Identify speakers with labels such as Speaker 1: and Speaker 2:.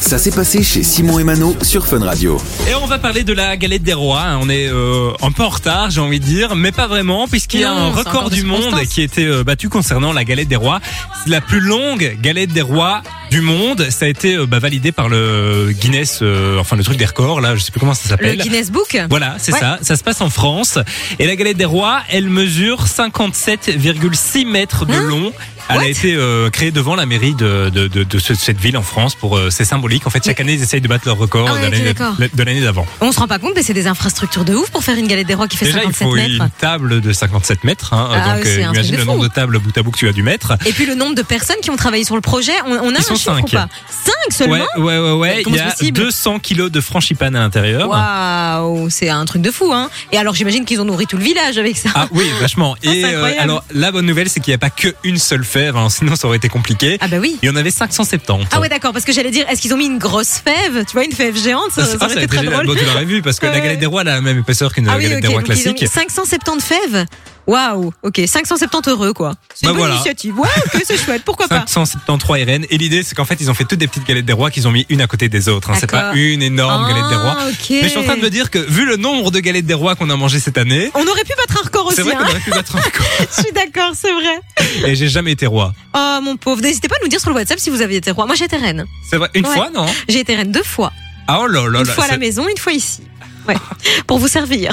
Speaker 1: Ça s'est passé chez Simon et Mano sur Fun Radio.
Speaker 2: Et on va parler de la galette des rois. hein. On est euh, un peu en retard, j'ai envie de dire, mais pas vraiment, puisqu'il y a
Speaker 3: Non,
Speaker 2: un
Speaker 3: c'est
Speaker 2: record
Speaker 3: encore des
Speaker 2: du monde
Speaker 3: circonstances.
Speaker 2: qui a été euh, battu concernant la galette des rois. C'est la plus longue galette des rois du monde. Ça a été euh, bah, validé par le Guinness, euh, enfin le truc des records, là, je sais plus comment ça
Speaker 3: Le
Speaker 2: s'appelle.
Speaker 3: Guinness Book
Speaker 2: Voilà, c'est
Speaker 3: Ouais.
Speaker 2: ça. Ça se passe en France. Et la galette des rois, elle mesure 57,6 mètres
Speaker 3: Hein
Speaker 2: de long. Elle a été euh, créée devant la mairie de, de, de- de ce- cette ville en France pour euh, c'est symbolique. En fait, chaque année, ils essayent de battre leur record
Speaker 3: Ah ouais,
Speaker 2: de
Speaker 3: ok,
Speaker 2: l'année-
Speaker 3: d'accord.
Speaker 2: de l'année d'avant.
Speaker 3: On se rend pas compte, mais c'est des infrastructures de ouf pour faire une galette des rois qui fait
Speaker 2: Déjà, il
Speaker 3: 57
Speaker 2: faut
Speaker 3: mètres.
Speaker 2: une table de 57 mètres. Hein,
Speaker 3: Ah
Speaker 2: donc,
Speaker 3: oui, c'est
Speaker 2: euh,
Speaker 3: un truc
Speaker 2: imagine
Speaker 3: de
Speaker 2: le
Speaker 3: fou.
Speaker 2: nombre de tables bout à bout que tu as dû mettre.
Speaker 3: Et puis le nombre de personnes qui ont travaillé sur le projet, on, on a
Speaker 2: Ils
Speaker 3: un
Speaker 2: sont
Speaker 3: chiffre
Speaker 2: cinq.
Speaker 3: ou pas 5
Speaker 2: Ouais,
Speaker 3: seulement
Speaker 2: ouais, ouais, ouais. Il
Speaker 3: Comment
Speaker 2: y
Speaker 3: c'est
Speaker 2: a
Speaker 3: possible
Speaker 2: 200 kilos de frangipane à l'intérieur. bah.
Speaker 3: Waouh, c'est un truc de fou, hein Et alors j'imagine qu'ils ont nourri tout le village avec ça.
Speaker 2: Ah oui, vachement.
Speaker 3: c'est
Speaker 2: Et euh,
Speaker 3: incroyable.
Speaker 2: alors, la bonne nouvelle, c'est qu'il n'y a pas qu'une seule fève, hein, sinon ça aurait été compliqué.
Speaker 3: Ah bah oui.
Speaker 2: Il y en avait 570.
Speaker 3: Ah ouais d'accord, parce que j'allais dire, est-ce qu'ils ont mis une grosse fève Tu vois, une fève géante, ça,
Speaker 2: Ah,
Speaker 3: ça
Speaker 2: ça, a
Speaker 3: aurait été
Speaker 2: été
Speaker 3: très
Speaker 2: génial.
Speaker 3: drôle.
Speaker 2: Bon, tu l'aurais vu parce que la
Speaker 3: Ouais.
Speaker 2: galette des rois elle a la même épaisseur qu'une
Speaker 3: Ah oui,
Speaker 2: galette
Speaker 3: ok,
Speaker 2: des rois
Speaker 3: donc ils ont
Speaker 2: classique.
Speaker 3: mis 570 fèves Waouh, ok, 570 heureux quoi. C'est
Speaker 2: Bah
Speaker 3: une bonne
Speaker 2: voilà.
Speaker 3: initiative, ouais, ok, c'est chouette, pourquoi pas
Speaker 2: 573 RN. Et l'idée, c'est qu'en fait, ils ont fait toutes des petites galettes des rois qu'ils ont mis une à côté des autres. hein. C'est
Speaker 3: D'accord.
Speaker 2: pas une énorme galette des rois.
Speaker 3: Ah, ok.
Speaker 2: Mais je suis en train de me dire que vu le nombre de galettes des rois qu'on a mangé cette année,
Speaker 3: On aurait pu battre un record aussi,
Speaker 2: c'est vrai
Speaker 3: hein.
Speaker 2: qu'on aurait pu battre un record.
Speaker 3: Je suis d'accord, c'est vrai.
Speaker 2: Et j'ai jamais été roi.
Speaker 3: Oh mon pauvre, n'hésitez pas à nous dire sur le WhatsApp si vous aviez été roi. Moi j'ai été reine.
Speaker 2: C'est vrai, une
Speaker 3: Ouais.
Speaker 2: fois, non
Speaker 3: J'ai été reine deux fois.
Speaker 2: Ah oh là là
Speaker 3: Une
Speaker 2: là,
Speaker 3: fois à la
Speaker 2: c'est-
Speaker 3: maison, une fois ici. Ouais, pour vous servir.